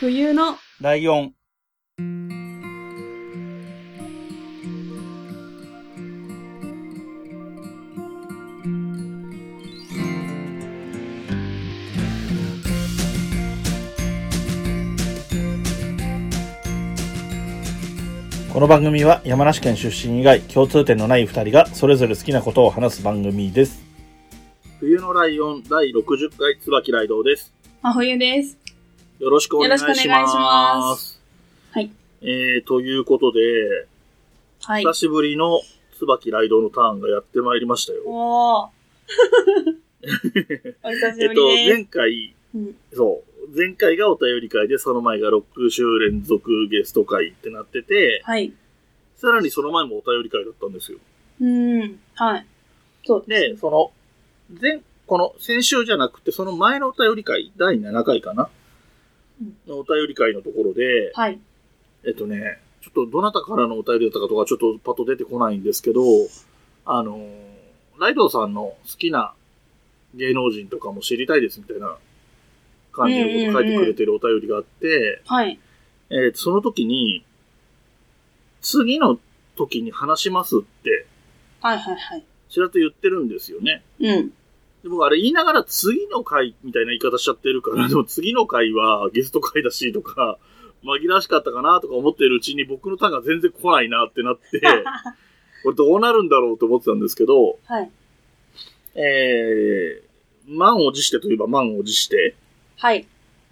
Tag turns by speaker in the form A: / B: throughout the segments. A: 冬の
B: ライオン。この番組は山梨県出身以外共通点のない2人がそれぞれ好きなことを話す番組です。冬のライオン第60回椿ライドウです。
A: 真冬です。
B: よろしくお願いします。
A: よろしくお願いしますはい。
B: えー、ということで、
A: はい。
B: 久しぶりの椿ライドウのターンがやってまいりましたよ。
A: おー。 お久し
B: え
A: ぶ
B: っと、
A: りです。
B: 前回、
A: うん
B: そう、前回がお便り会で、その前が6週連続ゲスト会ってなってて、
A: はい。
B: さらにその前もお便り会だったんですよ。
A: うん。はい。
B: で、その、前、この先週じゃなくて、その前のお便り会、第7回かな
A: うん
B: のお便り会のところで、
A: はい。
B: えっとね、ちょっとどなたからのお便りだったかとかちょっとパッと出てこないんですけど、あのー、ライドウさんの好きな芸能人とかも知りたいですみたいな感じのこと書いてくれてるお便りがあって、
A: はい。
B: えーその時に、次の時に話しますって、
A: はいはいはい。
B: ちらっと言ってるんですよね。
A: うん。
B: で僕あれ言いながら次の回みたいな言い方しちゃってるから、でも次の回はゲスト回だしとか、紛らわしかったかなとか思ってるうちに僕のターンが全然来ないなって なって、これどうなるんだろうと思ってたんですけど、
A: はい。
B: えー、満を持してといえば満を持して、
A: はい。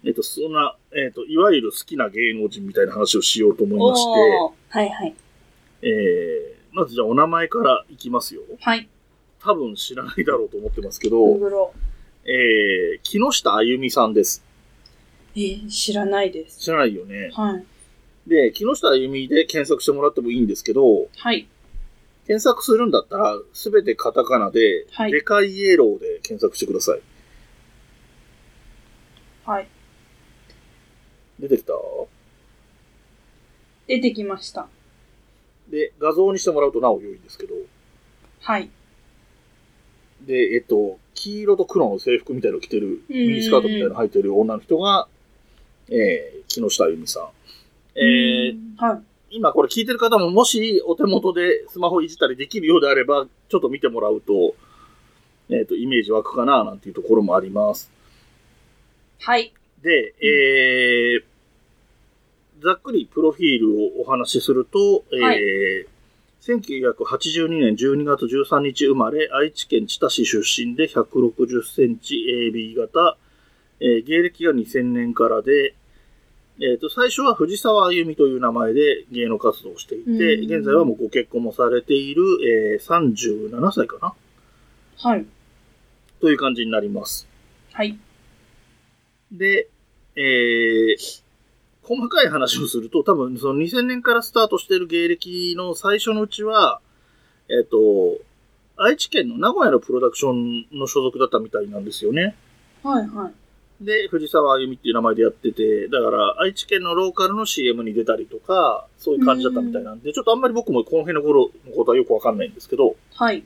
B: えっ、と、そんな、えっ、と、いわゆる好きな芸能人みたいな話をしようと思いまし
A: おー。はいはい。
B: て、えー、まずじゃあお名前からいきますよ。
A: はい。
B: 多分知らないだろうと思ってますけ
A: グー
B: ど、
A: グロ。
B: えー、木下あゆみさんです。
A: えー、知らないです。
B: 知らないよね。
A: はい。
B: で、木下あゆみで検索してもらってもいいんですけど、
A: はい。
B: 検索するんだったら、すべてカタカナで、
A: はい
B: でかいイエローで検索してください。
A: はい。
B: 出てきた
A: 出てきました。
B: で、画像にしてもらうとなお良いんですけど、
A: はい。
B: で、えっと、黄色と黒の制服みたいなの着てる、
A: うんうん
B: ミニスカートみたいなの履いてる女の人が、えー、木下あゆみさん。えー、
A: ー、はい。
B: 今これ聞いてる方ももしお手元でスマホいじったりできるようであれば、ちょっと見てもらうと、えっ、と、イメージ湧くかななんていうところもあります。
A: はい。
B: で、えーざっくりプロフィールをお話しすると、えー
A: はい
B: 1982年12月13日生まれ、愛知県知多市出身で160センチ AB 型、えー芸歴が2000年からで、えーと、最初は藤沢あゆみという名前で芸能活動をしていて、
A: うん
B: 現在はもうご結婚もされている、えー37歳かな
A: はい。
B: という感じになります。
A: はい。
B: で、えー細かい話をすると、多分その2000年からスタートしてる芸歴の最初のうちは、えっ、と、愛知県の名古屋のプロダクションの所属だったみたいなんですよね。
A: はいはい。
B: で、藤沢あゆみっていう名前でやってて、だから愛知県のローカルの CM に出たりとか、そういう感じだったみたいなんで、ちょっとあんまり僕もこの辺の頃のことはよくわかんないんですけど、
A: はい。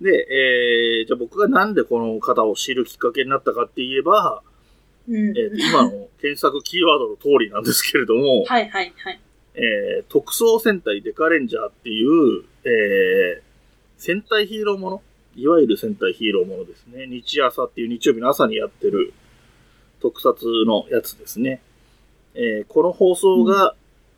B: で、えーじゃあ僕がなんでこの方を知るきっかけになったかって言えば、
A: うん。
B: えー今の検索キーワードの通りなんですけれども、
A: はいはいはい。
B: えー特装戦隊デカレンジャーっていう、えー戦隊ヒーローものいわゆる戦隊ヒーローものですね。日朝っていう日曜日の朝にやってる特撮のやつですね。えーこの放送が、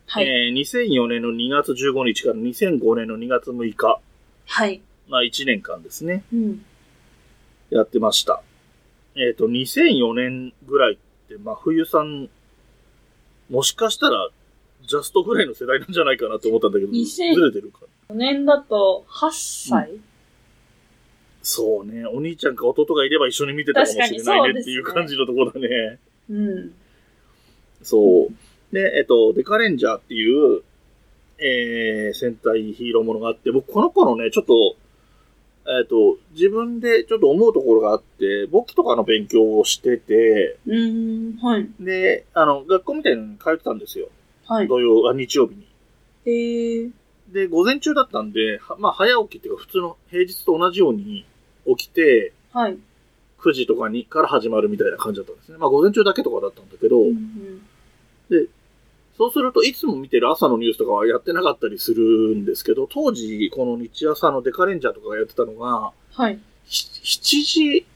A: はい。
B: えー2004年の2月15日から2005年の2月6日、
A: はい。
B: まあ1年間ですね、
A: うん。
B: やってました。えっ、と、2004年ぐらいって、まあ冬さん、もしかしたら、ジャストぐらいの世代なんじゃないかなと思ったんだけど、
A: 2000
B: ずれてるか。
A: 4年だと8歳、
B: そうね。お兄ちゃんか弟がいれば一緒に見てたかもしれ
A: 確かにそ
B: な
A: う
B: いね
A: で
B: っ
A: す
B: て
A: ね
B: いう感じのところだね。
A: うん。
B: そう。で、えっと、デカレンジャーっていう、えー、戦隊ヒーローものがあって、僕この頃ね、ちょっと、えっと、自分でちょっと思うところがあって、簿記とかの勉強をしてて、
A: うーん、はい。
B: で、あの、学校みたいなのに通ってたんですよ。
A: はい。
B: 土曜、あ日曜日に。
A: えー、
B: で、午前中だったんで、はまあ、早起きっていうか、普通の平日と同じように起きて、
A: はい。
B: 9時とかにから始まるみたいな感じだったんですね。まあ午前中だけとかだったんだけど、
A: うん
B: そうするといつも見てる朝のニュースとかはやってなかったりするんですけど、当時この日朝のデカレンジャーとかがやってたのが、
A: はい。
B: 7時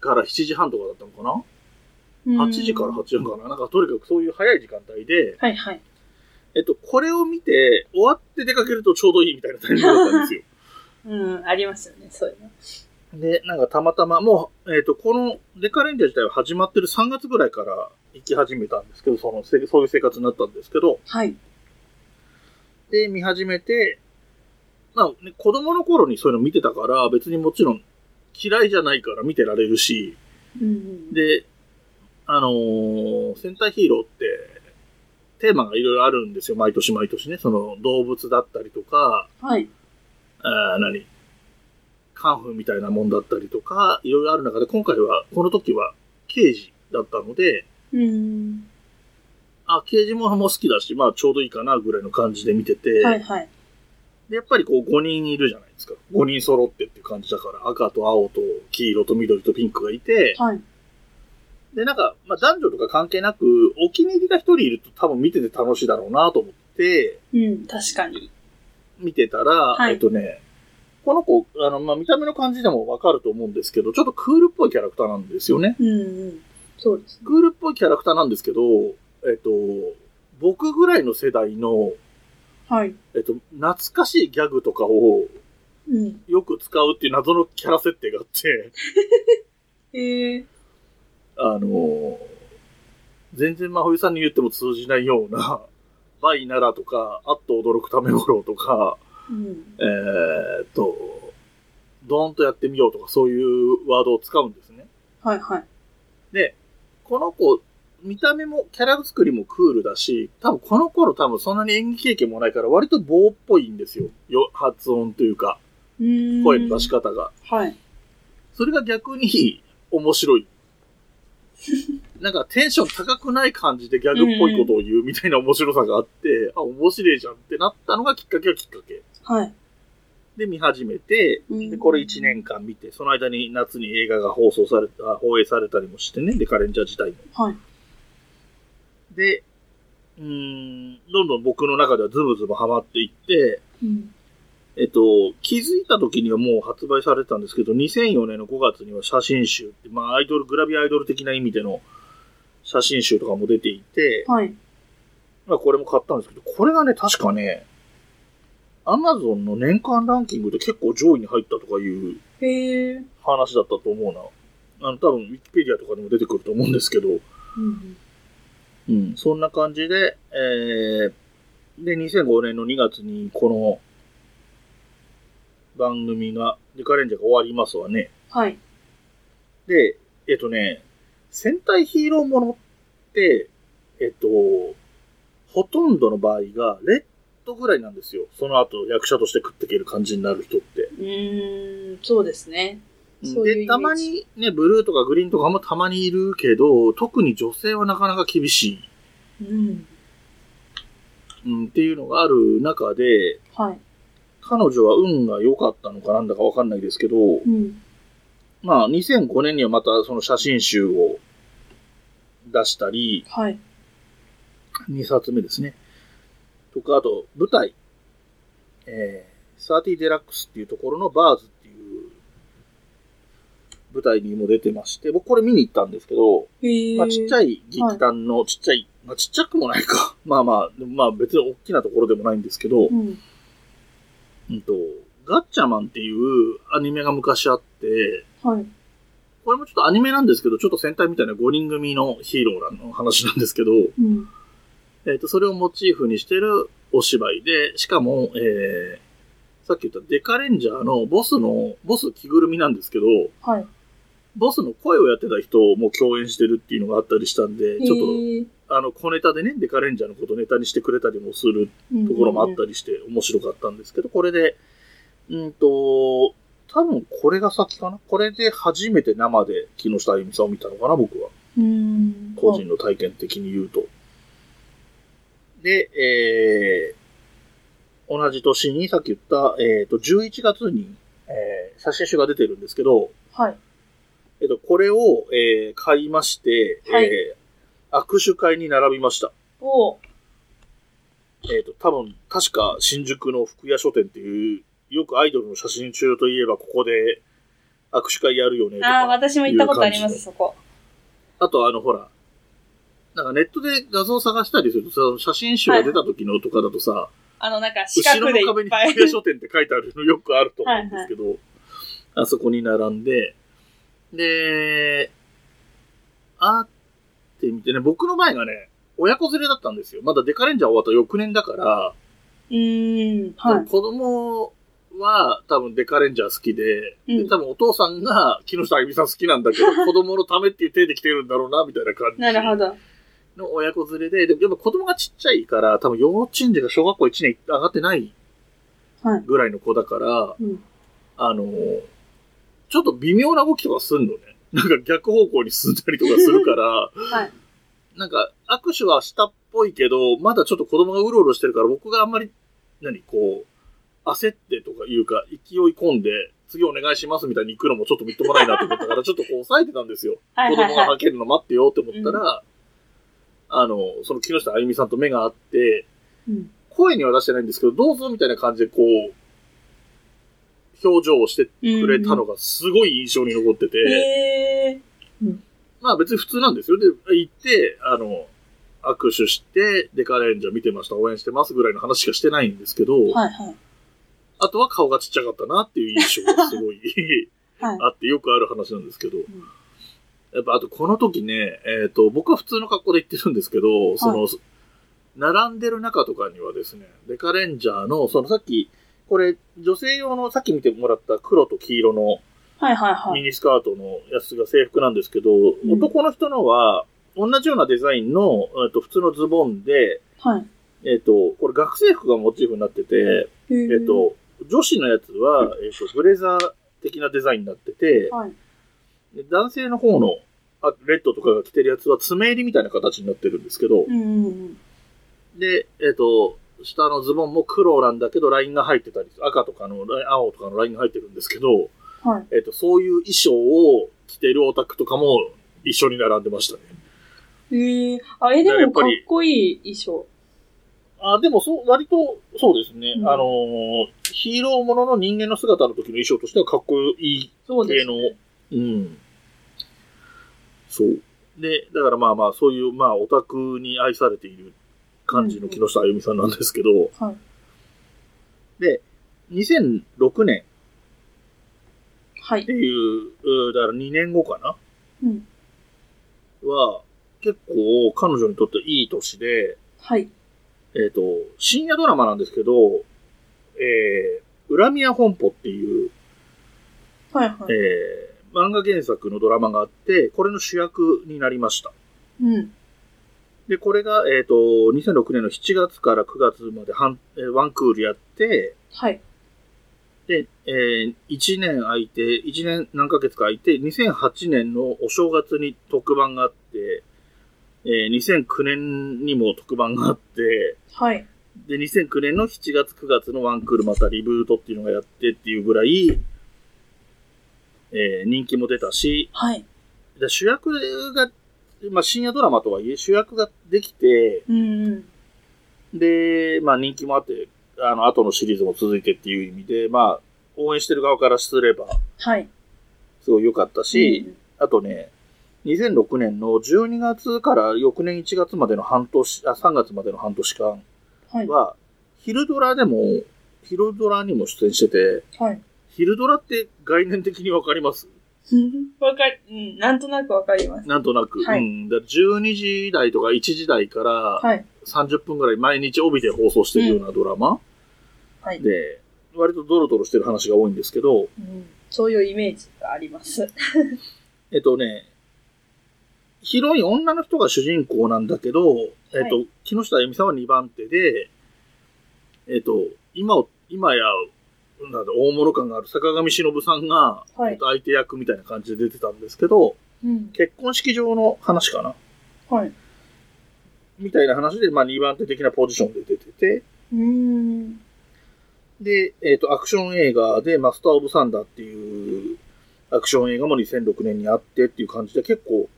B: から7時半とかだったのかな ?8 時から8時半かななんかとにかくそういう早い時間帯で、
A: はいはい。
B: えっと、これを見て終わって出かけるとちょうどいいみたいなタイミングだったんですよ。
A: うん、ありますよね、そういうの。
B: で、なんかたまたま、もう、えっ、と、このデカレンジャー自体は始まってる3月ぐらいから行き始めたんですけど、その、せそういう生活になったんですけど、
A: はい。
B: で、見始めて、まあ、ね、子供の頃にそういうの見てたから、別にもちろん嫌いじゃないから見てられるし、
A: うんうん。
B: で、あのー戦隊ヒーローって、テーマがいろいろあるんですよ、毎年毎年ね。その、動物だったりとか、
A: はい。
B: あー何カンフーみたいなもんだったりとか、いろいろある中で、今回は、この時は刑事だったので、
A: うん。
B: あ、刑事ものも好きだし、まあちょうどいいかなぐらいの感じで見てて、
A: はいはい。
B: でやっぱりこう5人いるじゃないですか。5人揃ってっていう感じだから、赤と青と黄色と緑とピンクがいて、
A: はい。
B: で、なんか、まあ男女とか関係なく、お気に入りが1人いると多分見てて楽しいだろうなと思って、
A: うん、確かに。
B: 見てたら、
A: はい
B: えっとね、この子、あの、まあ、見た目の感じでもわかると思うんですけど、ちょっとクールっぽいキャラクターなんですよね。
A: うんうん。そうですね。
B: クールっぽいキャラクターなんですけど、えっと、僕ぐらいの世代の、
A: はい。
B: えっと、懐かしいギャグとかを
A: うん。
B: よく使うっていう謎のキャラ設定があって、
A: ええ
B: あの、全然真冬さんに言っても通じないような、バイならとか、あっと驚くため頃とか、
A: うん。
B: えーっと、ドーンとやってみようとか、そういうワードを使うんですね。
A: はいはい。
B: で、この子、見た目も、キャラ作りもクールだし、多分この頃多分そんなに演技経験もないから、割と棒っぽいんですよ。よ発音というか、
A: うーん。
B: 声の出し方が。
A: はい。
B: それが逆に面白い。なんかテンション高くない感じでギャグっぽいことを言うみたいな面白さがあって、あ、面白いじゃんってなったのがきっかけはきっかけ。
A: はい。
B: で、見始めて、
A: うん
B: で、これ1年間見て、その間に夏に映画が放送された、放映されたりもしてね、で、カレンジャー自体も。
A: はい。
B: で、うーん、どんどん僕の中ではズブズブハマっていって、
A: うん。
B: えっと、気づいた時にはもう発売されてたんですけど、2004年の5月には写真集って、まあアイドル、グラビアアイドル的な意味での写真集とかも出ていて、
A: はい。
B: まあこれも買ったんですけど、これがね、確かね、アマゾンの年間ランキングで結構上位に入ったとかいう
A: へえー。
B: 話だったと思うな。あの、多分、ウィキペディアとかでも出てくると思うんですけど、
A: うん
B: うん、そんな感じで、えー、で、2005年の2月に、この、番組が、デカレンジャーが終わりますわね。
A: はい。
B: で、えっ、とね、戦隊ヒーローものって、えっ、と、ほとんどの場合が、レッドぐらいなんですよ。その後、役者として食っていける感じになる人って。
A: うーん、そうですね。そういうイメー
B: で、
A: ジ
B: たまにね、ブルーとかグリーンとかもたまにいるけど、特に女性はなかなか厳し
A: うん。
B: い、うん、っていうのがある中で、
A: はい。
B: 彼女は運が良かったのかなんだかわかんないですけど、
A: うん。
B: まあ2005年にはまたその写真集を出したり、
A: はい。
B: 2冊目ですね。とか、あと舞台、えー、サーティデラックスっていうところのバーズっていう舞台にも出てまして、僕これ見に行ったんですけど、
A: へえ。
B: まあちっちゃい劇団のちっちゃい、まあちっちゃくもないか。 まあまあ、でもまあ別に大きなところでもないんですけど、
A: うん。
B: うんと、ガッチャマンっていうアニメが昔あって、
A: はい。
B: これもちょっとアニメなんですけど、ちょっと戦隊みたいな5人組のヒーローの話なんですけど、
A: うん。
B: えっ、と、それをモチーフにしてるお芝居で、しかも、えー、さっき言ったデカレンジャーのボスの、ボス着ぐるみなんですけど、
A: はい。
B: ボスの声をやってた人も共演してるっていうのがあったりしたんで、ちょっと、
A: へえ
B: あの、小ネタでね、デカレンジャーのことネタにしてくれたりもするところもあったりして面白かったんですけど、これで、うんと、多分これが先かなこれで初めて生で木下あゆみさんを見たのかな僕は。
A: うん。
B: 個人の体験的に言うと。で、えー、同じ年にさっき言った、えっ、と、11月に、えー写真集が出てるんですけど、
A: はい。
B: えっと、これを、えー買いまして、
A: はい
B: えー握手会に並びました。
A: お
B: えっ、と、多分、確か新宿の福屋書店っていう、よくアイドルの写真集といえばここで握手会やるよねと
A: ああ、
B: か。あ
A: 私も行ったことありま、
B: いう感じです
A: そこ。
B: と、あの、ほら、なんかネットで画像探したりすると、その写真集が出た時のとかだとさ、
A: あの、なんか、四
B: 後
A: 角
B: ろ
A: でい
B: の壁
A: っ
B: に
A: ぱい。
B: 福屋書店って書いてあるのよ くあると思うんですけど、あそこに並んで、で、あってみてね、僕の前がね、親子連れだったんですよ。まだデカレンジャー終わった翌年だから、
A: うーん、はい。
B: 子供は多分デカレンジャー好きで、
A: う
B: で
A: ん
B: 多分お父さんが木下あゆみさん好きなんだけ ど、子供のためっていう体で来てるんだろうな、みたいな感じ。
A: なるほど。
B: の親子連れで、でもやっぱ子供がちっちゃいから、多分幼稚園児が小学校1年上がってない
A: はい
B: ぐらいの子だから、
A: うん
B: あの、ちょっと微妙な動きとかすんのね。 なんか逆方向に進んだりとかするから、
A: はい。
B: なんか握手はしたっぽいけど、まだちょっと子供がうろうろしてるから、僕があんまり、何、こう、焦ってとかいうか、勢い込んで、次お願いしますみたいに行くのもちょっとみっともないなと思っ たから、ちょっとこう抑えてたんですよ。
A: はい
B: 子
A: はい
B: 供が
A: は
B: 履けるの待ってよって思ったら、あの、その木下あゆみさんと目があって、
A: い。うん
B: 声には出してないんですけど、どうぞみたいな感じでこう、表情をしてくれたのがすごい印象に残ってて、
A: へえ。
B: まあ別に普通なんですよ。で、行って、あの、握手して、デカレンジャー見てました、応援してますぐらいの話しかしてないんですけど、
A: はいはい。
B: あとは顔がちっちゃかったなっていう印象がすごい
A: はい。
B: あって、よくある話なんですけど、やっぱあとこの時ね、えっ、と、僕は普通の格好で行ってるんですけど、その、並んでる中とかにはですね、デカレンジャーの、そのさっき、これ、女性用の、さっき見てもらった黒と黄色の
A: はいはいは
B: ミ
A: い。
B: ニスカートのやつが制服なんですけど、
A: ん
B: 男の人のは、同じようなデザインの、えっと普通のズボンで、
A: はい。
B: えっ、と、これ学生服がモチーフになってて、
A: え
B: えっ、、と、女子のやつは、えっ、と、ブレザー的なデザインになってて、
A: はい。
B: で男性の方のあレッドとかが着てるやつは爪襟みたいな形になってるんですけど、
A: うんうん
B: で、えっ、と、下のズボンも黒なんだけど、ラインが入ってたり、赤とかの、ライン青とかのラインが入ってるんですけど、
A: うん。はい。
B: えっと、そういう衣装を着てるオタクとかも一緒に並んでましたね。
A: ええ。あれで
B: やっ
A: も
B: ぱ
A: かっ
B: り
A: こいい衣装。
B: あでもそう、割とそうですね、
A: うん
B: あのーヒーローものの人間の姿の時の衣装としてはかっこいい
A: そうで
B: 系
A: す
B: の、
A: ね。
B: うん。そう。で、だからまあまあ、そういう、まあ、オタクに愛されている感じの木下あゆみさんなんですけど、
A: はい
B: で、2006年
A: は
B: っ
A: い
B: て。いう、うーだから2年後かな、
A: うん
B: は、結構彼女にとっていい年で、
A: はい。
B: えっ、と、深夜ドラマなんですけど、えー、恨み屋本舗っていう、
A: はいはい。
B: えー、漫画原作のドラマがあって、これの主役になりました。
A: うん。
B: で、これが、えっ、と、2006年の7月から9月まで半、えーワンクールやって、
A: はい。
B: で、え1年空いて、1年何ヶ月か空いて、2008年のお正月に特番があって、えー2009年にも特番があって、
A: はい。
B: で、2009年の7月9月のワンクールまたリブートっていうのがやってっていうぐらい、えー人気も出たし、
A: はい。
B: で主役が、まあ深夜ドラマとはいえ主役ができて、
A: うんうん。
B: で、まあ人気もあって、あの、後のシリーズも続いてっていう意味で、まあ、応援してる側からすれば、
A: はい。
B: すごい良かったし、
A: うん
B: あとね、2006年の12月から翌年1月までの半年、あ、3月までの半年間
A: はい。
B: は、昼ドラでも、昼ドラにも出演してて、
A: はい。
B: 昼ドラって概念的にわかります
A: わかり、うん、なんとなくわかります。
B: なんとなく。
A: はい
B: うん。だから12時台とか1時台から
A: はい。
B: 30分ぐらい毎日帯で放送してるようなドラマ、
A: はい。
B: で、割とドロドロしてる話が多いんですけど、
A: うん、そういうイメージがあります。
B: えっとね、ヒロイン、女の人が主人公なんだけど、えっと、木下あゆみさんは2番手で、えっと、今を、今や、なんだ大物感がある坂上忍さんが、
A: はい
B: えっと相手役みたいな感じで出てたんですけど、
A: うん。
B: 結婚式場の話かな
A: はい。
B: みたいな話で、まあ2番手的なポジションで出てて、
A: うーん。
B: で、えっと、アクション映画でマスター・オブ・サンダーっていう、アクション映画も2006年にあってっていう感じで結構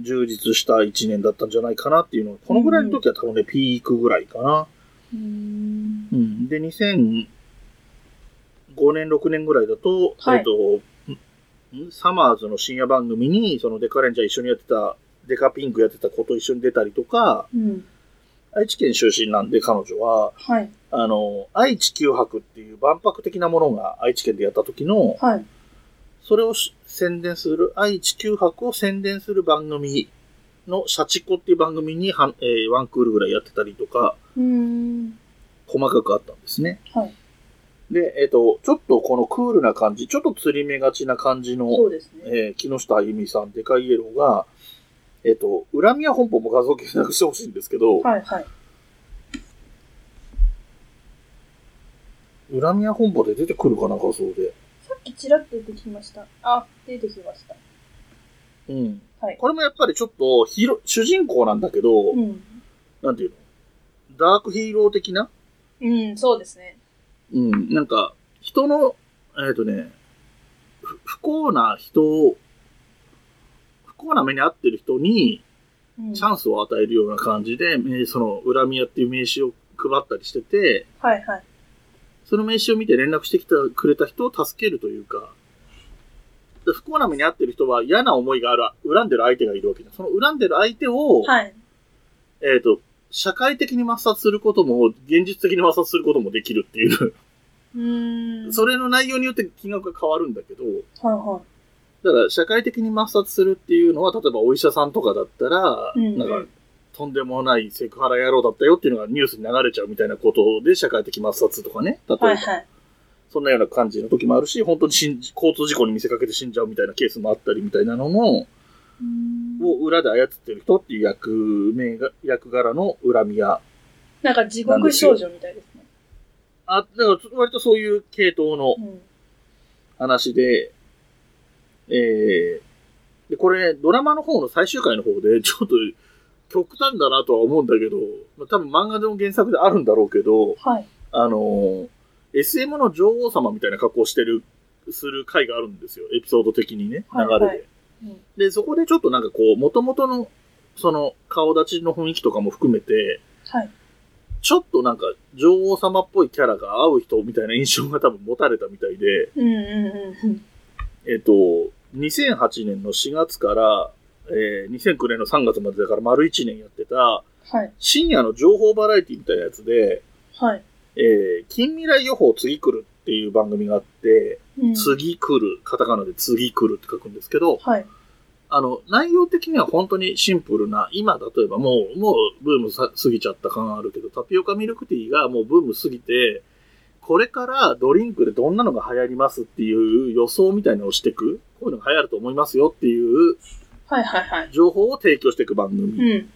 B: 充実した1年だったんじゃないかなっていうのがこのぐらいの時は多分ね、ピークぐらいかな。
A: うん。
B: うん、で、2005年、6年ぐらいだと、
A: はい
B: えっと、んサマーズの深夜番組に、そのデカレンジャー一緒にやってた、デカピンクやってた子と一緒に出たりとか、
A: うん。
B: 愛知県出身なんで彼女は、
A: はい。
B: あの、愛知九博っていう万博的なものが愛知県でやった時の、
A: はい。
B: それをし宣伝する、愛知九博を宣伝する番組の、シャチコっていう番組にはん、えーワンクールぐらいやってたりとか、
A: うん。
B: 細かくあったんですね。
A: はい。
B: で、えっ、と、ちょっとこのクールな感じ、ちょっと釣り目がちな感じの、
A: そうですね。
B: えー木下あゆみさん、でかいイエローが、えっ、と、恨みや本舗も画像検索してほしいんですけど、
A: はいはい。
B: 恨みや本舗で出てくるかな、画像で。
A: さっきちらっと出てきました。あ、出てきました。
B: うん。
A: はい。
B: これもやっぱりちょっとヒーロー、主人公なんだけど、
A: うん。
B: なんていうのダークヒーロー的な
A: うん、そうですね。
B: うん、なんか、人の、えっ、とね、ふ不幸な人を、不幸な目に遭ってる人
A: う
B: に、
A: ん
B: チャンスを与えるような感じで、えーその、恨み屋っていう名刺を配ったりしてて、
A: はいはい。
B: その名刺を見て連絡してきてくれた人を助けるというか、で不幸な目に遭ってる人は嫌な思いがある、恨んでる相手がいるわけだ。その恨んでる相手を、
A: はい。
B: えっ、と、社会的に抹殺することも、現実的に抹殺することもできるっていう。
A: うーん。
B: そ
A: れ。
B: れの内容によって金額が変わるんだけど、
A: はいは
B: だから社会的に抹殺するっていうのは、例えばお医者さんとかだったら、
A: うんうん
B: なんか、とんでもないセクハラ野郎だったよっていうのがニュースに流れちゃうみたいなことで社会的抹殺とかね。例え
A: い。
B: ば、
A: はいはい。
B: そんなような感じの時もあるし、本当に死ん交通事故に見せかけて死んじゃうみたいなケースもあったりみたいなのの、
A: うーん
B: を裏で操ってる人っていう役名が、役柄の恨みや。
A: なんか地獄少女みたいですね。
B: あ、だから割とそういう系統の
A: うん。
B: 話で、えー、で、これ、ドラマの方の最終回の方で、ち ょっと、極端だなとは思うんだけど、まあ、多分漫画でも原作であるんだろうけど、
A: はい。
B: あのー SM の女王様みたいな格好してる、する回があるんですよ。エピソード的にね、流
A: は
B: れ
A: い
B: で。
A: はいうん
B: で、そこでちょっとなんかこう、元々の、その、顔立ちの雰囲気とかも含めて、
A: はい。
B: ちょっとなんか、女王様っぽいキャラが合う人みたいな印象が多分持たれたみたいで、
A: うんうんうんうん。
B: えっと、2008年の4月から、えー2009年の3月までだから丸1年やってた、
A: はい。
B: 深夜の情報バラエティみたいなやつで、
A: はい。
B: えー近未来予報次来るっていう番組があって、
A: うん
B: 次来る、カタカナで次来るって書くんですけど、
A: はい。
B: あの、内容的には本当にシンプルな、今例えばもう、もうブームさ過ぎちゃった感あるけど、タピオカミルクティーがもうブーム過ぎて、これからドリンクでどんなのが流行りますっていう予想みたいなのをしていく、こういうのが流行ると思いますよっていう
A: はいはいはい。
B: 情報を提供していく番組
A: うん。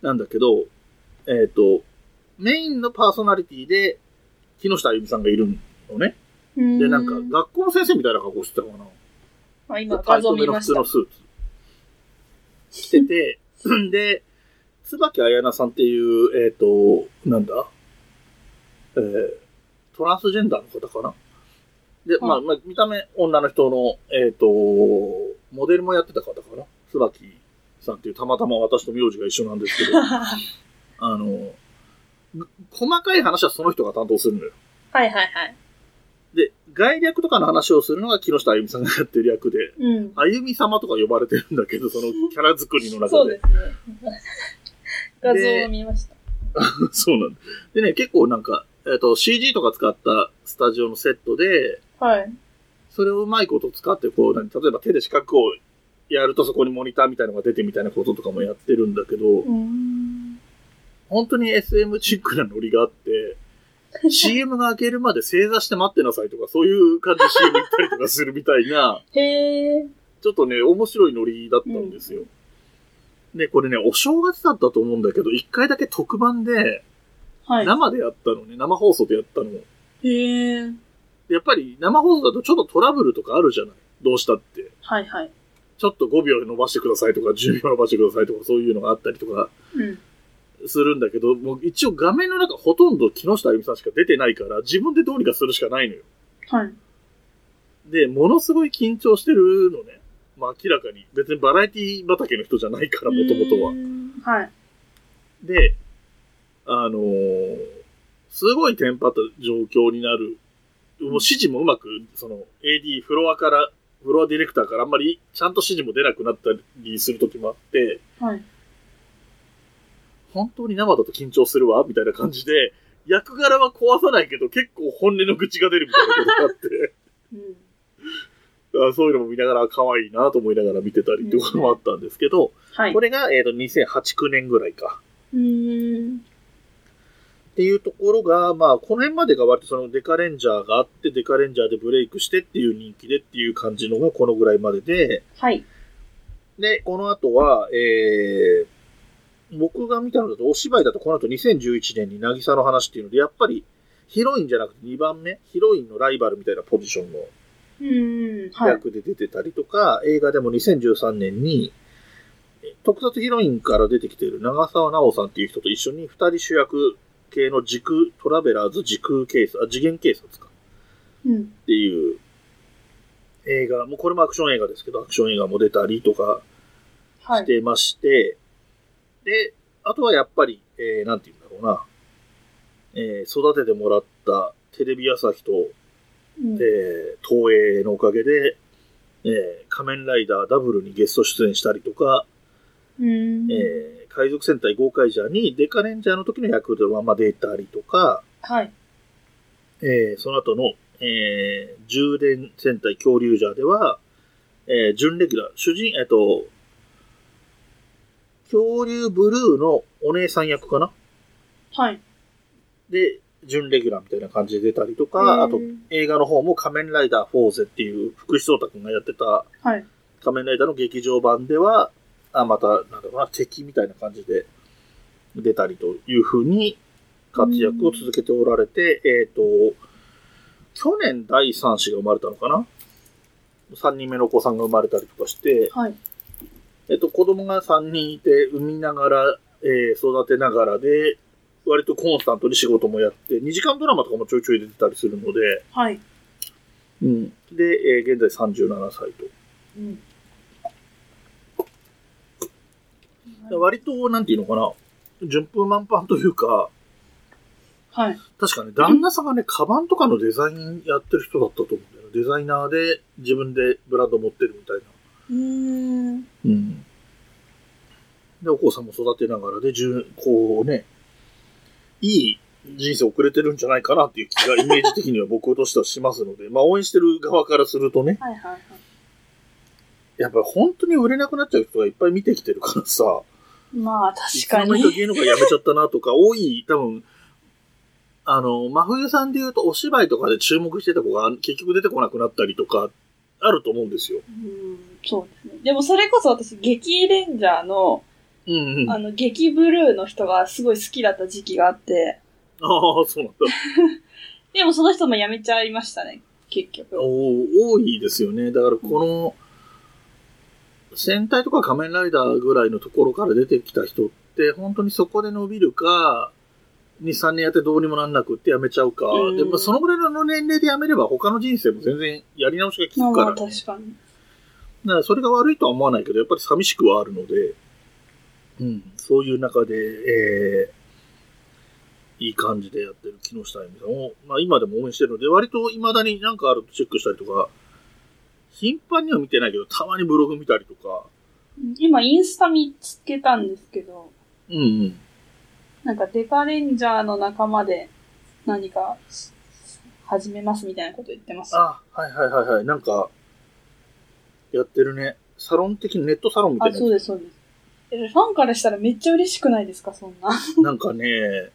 B: なんだけど、えっ、と、メインのパーソナリティで、木下あゆみさんがいるのね。
A: うー
B: で、なんか、学校の先生みたいな格好してたかな。
A: あ今
B: タ
A: 画
B: イ
A: 像
B: トめ
A: 見
B: の
A: ま
B: 普
A: し
B: 通
A: た
B: の。スーツ着てて、 で、椿彩菜さんっていう、えっ、と、なんだ、えートランスジェンダーの方かな。で、まあ、
A: う
B: まあ、見た目女の人の、えっ、と、モデルもやってた方かな。椿さんっていう、たまたま私と名字が一緒なんです けど、
A: は
B: あの、細かい話はその人が担当するのよ。
A: いはいはい。
B: で、概略とかの話をするのが木下あゆみさんがやってる役で、
A: うん。
B: あゆみ様とか呼ばれてるんだけど、そのキャラ作りの中
A: そう
B: で。
A: ですね。 画像を見ました。
B: そうなんだ。でね、結構なんか、えっ、と、CG とか使ったスタジオのセットで、
A: はい。
B: それをうまいこと使って、こう、何例えば手で四角をやるとそこにモニターみたいなのが出てみたいなこととかもやってるんだけど、
A: うーん。
B: 本当に SM チックなノリが あって、CM が明けるまで正座して待ってなさいとか、そういう感じで CM 行ったりとかするみたいな、
A: へえ。
B: ちょっとね、面白いノリだったんですよ。で、これね、お正月だったと思うんだけど、一回だけ特番で、
A: はい。
B: 生でやったのね、生放送でやったの。
A: へえ。
B: でやっぱり生放送だとちょっとトラブルとかあるじゃないどうしたって。
A: はいはい。
B: ちょっと5秒伸ばしてくださいとか、10秒伸ばしてくださいとか、そういうのがあったりとか
A: うん。
B: するんだけど、もう一応画面の中ほとんど木下あゆみさんしか出てないから、自分でどうにかするしかないのよ。
A: はい。
B: で、ものすごい緊張してるのね。まあ明らかに。別にバラエティ畑の人じゃないから、もともとは
A: う。んはい。
B: で、あのーすごいテンパった状況になる。もう指示もうまく、その AD フロアから、フロアディレクターからあんまりちゃんと指示も出なくなったりする時もあって、
A: はい。
B: 本当に生だと緊張するわみたいな感じで、役柄は壊さないけど結構本音の愚痴が出るみたいなことがあって、
A: うん。
B: あそういうのも見ながら可愛いなと思いながら見てたりってこともあったんですけど、
A: はい。
B: これが、えー、と2008、9年ぐらいか。
A: うーん。
B: っていうところが、まあ、この辺までが割とそのデカレンジャーがあって、デカレンジャーでブレイクしてっていう人気でっていう感じのがこのぐらいまでで、
A: はい。
B: で、この後は、えー、僕が見たのだと、お芝居だとこの後2011年に渚の話っていうので、やっぱりヒロインじゃなくて2番目、ヒロインのライバルみたいなポジションの
A: うーん。はい。
B: 役で出てたりとか、映画でも2013年に、え特撮ヒロインから出てきている長澤奈緒さんっていう人と一緒に二人主役系の時空、トラベラーズ時空警察、あ、次元警察か
A: うん。
B: っていう映画、もうこれもアクション映画ですけど、アクション映画も出たりとか
A: は
B: し
A: い。
B: てまして、で、あとはやっぱり、えーなんて言うんだろうな、えー育ててもらったテレビ朝日と
A: うん
B: えー東映のおかげで、えー仮面ライダーダブルにゲスト出演したりとか、
A: うーん。
B: えー海賊戦隊ゴーカイジャーにデカレンジャーの時の役でまま出たりとか、
A: はい。
B: えーその後の、えー、充電戦隊恐竜ジャーでは、えー準レギュラー、主人、えっと、恐竜ブルーのお姉さん役かな
A: はい。
B: で、準レギュラーみたいな感じで出たりと
A: へー
B: か、あと映画の方も仮面ライダーフォーゼっていう福士蒼太くんがやってた
A: はい。
B: 仮面ライダーの劇場版では、あまた、なんだろうな、敵みたいな感じで出たりというふうに活躍を続けておられて、えっ、と、去年第3子が生まれたのかな ?3 人目のお子さんが生まれたりとかして、
A: はい。
B: えっ、と、子供が3人いて、産みながら、えー育てながらで、割とコンスタントに仕事もやって、2時間ドラマとかもちょいちょい出てたりするので、
A: はい。
B: うん、で、えー現在37歳と。
A: うん。
B: 割と、なんていうのかな、順風満帆というか、
A: はい。
B: 確かね、旦那さんがね、カバンとかのデザインやってる人だったと思うんだよね。デザイナーで自分でブランド持ってるみたいな。
A: うーん。
B: うん。で、お子さんも育てながらで、じゅこうね、いい人生送れてるんじゃないかなっていう気がイメージ的には僕としてはしますので、まあ応援してる側からするとね、
A: はいはいはい。
B: やっぱり本当に売れなくなっちゃう人がいっぱい見てきてるからさ、
A: まあ、
B: いつ
A: 確か
B: の間にか
A: に。
B: 芸能界やめちゃったなとか、多い、多分、あの、真冬さんで言うとお芝居とかで注目してた子が結局出てこなくなったりとか、あると思うんですよ。
A: うん、そうですね。でもそれこそ私、劇レンジャーの、
B: うんうん。あ
A: あの、劇ブルーの人がすごい好きだった時期があって、
B: あ、そうなんだ。
A: でもその人も辞めちゃいましたね、結局。
B: お多いですよね。だからこの、戦隊とか仮面ライダーぐらいのところから出てきた人って、本当にそこで伸びるか、2、3年やってどうにもなんなくってやめちゃうか。
A: うん
B: でもそのぐらいの年齢でやめれば他の人生も全然やり直しが
A: まあ
B: 効くから、
A: まあ
B: ね。
A: 確かに。
B: だからそれが悪いとは思わないけど、やっぱり寂しくはあるので、うん、そういう中で、えーいい感じでやってる木下あゆみさんを、まあ今でも応援してるので、割と未だになんかあるとチェックしたりとか、頻繁には見てないけど、たまにブログ見たりとか、
A: 今、インスタ見つけたんですけど、
B: うんうん。
A: なんかデカレンジャーの仲間で何かし始めますみたいなこと言ってます。
B: あ、はいはいはいはい、なんか、やってるね。サロン的にネットサロンみたい
A: あ、
B: な
A: そう
B: や
A: です、そうです。えファンからしたらめっちゃ嬉しくないですか、そんな。
B: つ。なんかね、
A: うん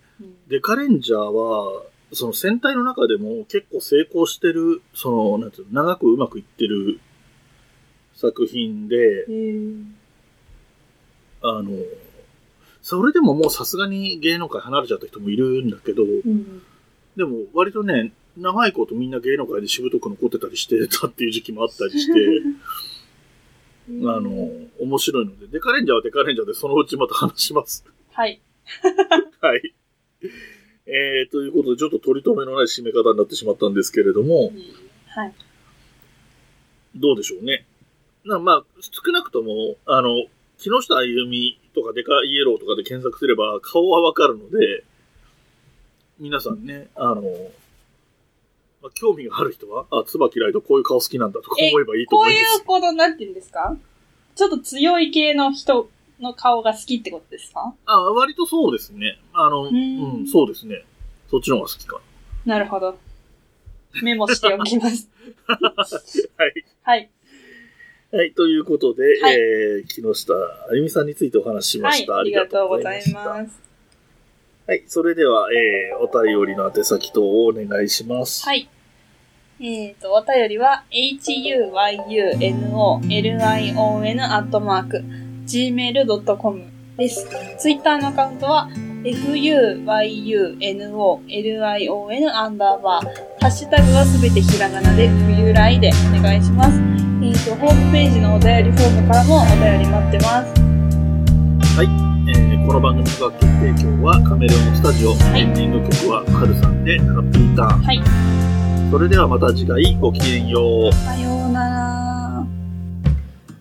B: デカレンジャーは、その戦隊の中でも結構成功してる、その、なんていうの、長くうまくいってる作品で
A: へ、ー
B: あの、それでももうさすがに芸能界離れちゃった人もいるんだけど、
A: うん。
B: でも割とね、長いことみんな芸能界でしぶとく残ってたりしてたっていう時期もあったりして、 あの、面白いので、デカレンジャーはデカレンジャーでそのうちまた話します。
A: はい。
B: はい。えー、ということで、ちょっと取り留めのない締め方になってしまったんですけれども、
A: はい。
B: どうでしょうね。なまあ、少なくとも、あの、木下歩みとかデカイエローとかで検索すれば顔はわかるので、皆さんね、あの、まあ、興味がある人は、あ、椿ライドこういう顔好きなんだとか思えばいいと
A: こ
B: 思
A: う
B: いま
A: い
B: す
A: う。この、なんて言うんですかちょっと強い系の人の顔が好きってことですか
B: あ、割とそうですね。あの、うんん、そうですね。そっちの方が好きか
A: なるほど。メモしておきます。
B: な。はい。
A: はい。
B: はい、ということで、
A: はい
B: えー、木下あゆみさんについてお話ししま
A: は
B: し
A: い
B: た。。
A: ありがとうござい
B: した
A: ます。
B: はい、それでは、えー、お便りの宛先等をお願いします。
A: はい。えっ、と、お便りは、huyunolion.gmail.com です。ツイッターのアカウントは、fuyunolion アンダーバー。ハッシュタグはすべてひらがなで、冬来でお願いします。えっ、と、ホームページのお便りフォームからもお便り待ってます。
B: えーこの番組の楽曲提供はカメレオンスタジオ、
A: い
B: エンディング曲はカルさんでハッピーターン。
A: はい。
B: それではまた次回ごきげんよう。
A: さような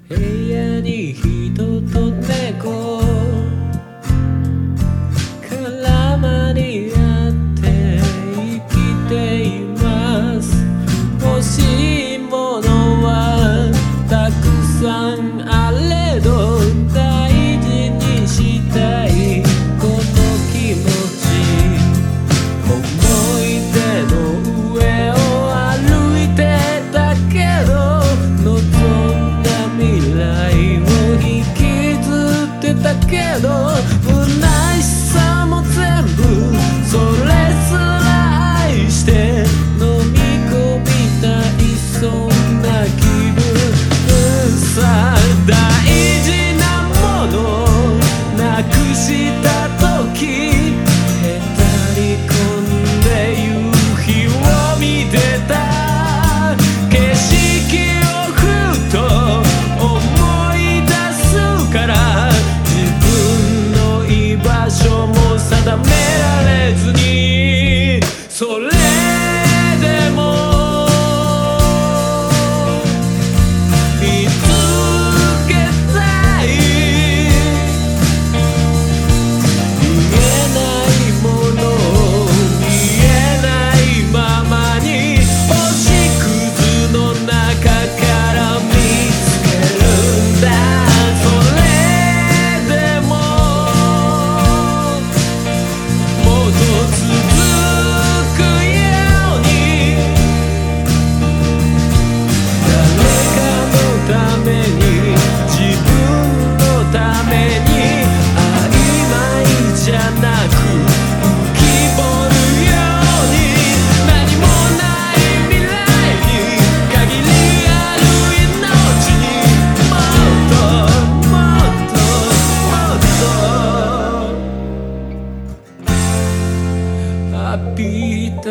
A: ら。
C: 部屋に人と猫絡まり合って生きています欲しいものはたくさんあれど大事にしたいこの気持ち思い出の上を歩いてたけど望んだ未来を引きずってたけど不悔しさも全部それすら愛して飲み込みたいそんな気分さ大事なものなくした時へたり込んで夕日を見てた景色をふと思い出すから自分の居場所も定められずにそれでも「見つけたい」「見えないものを見えないままに星屑の中から見つけるんだ」「それでももっと続くように」誰かのために自分のために曖昧じゃなく浮き彫るように何もない未来に限りある命にもっともっともっと浴びた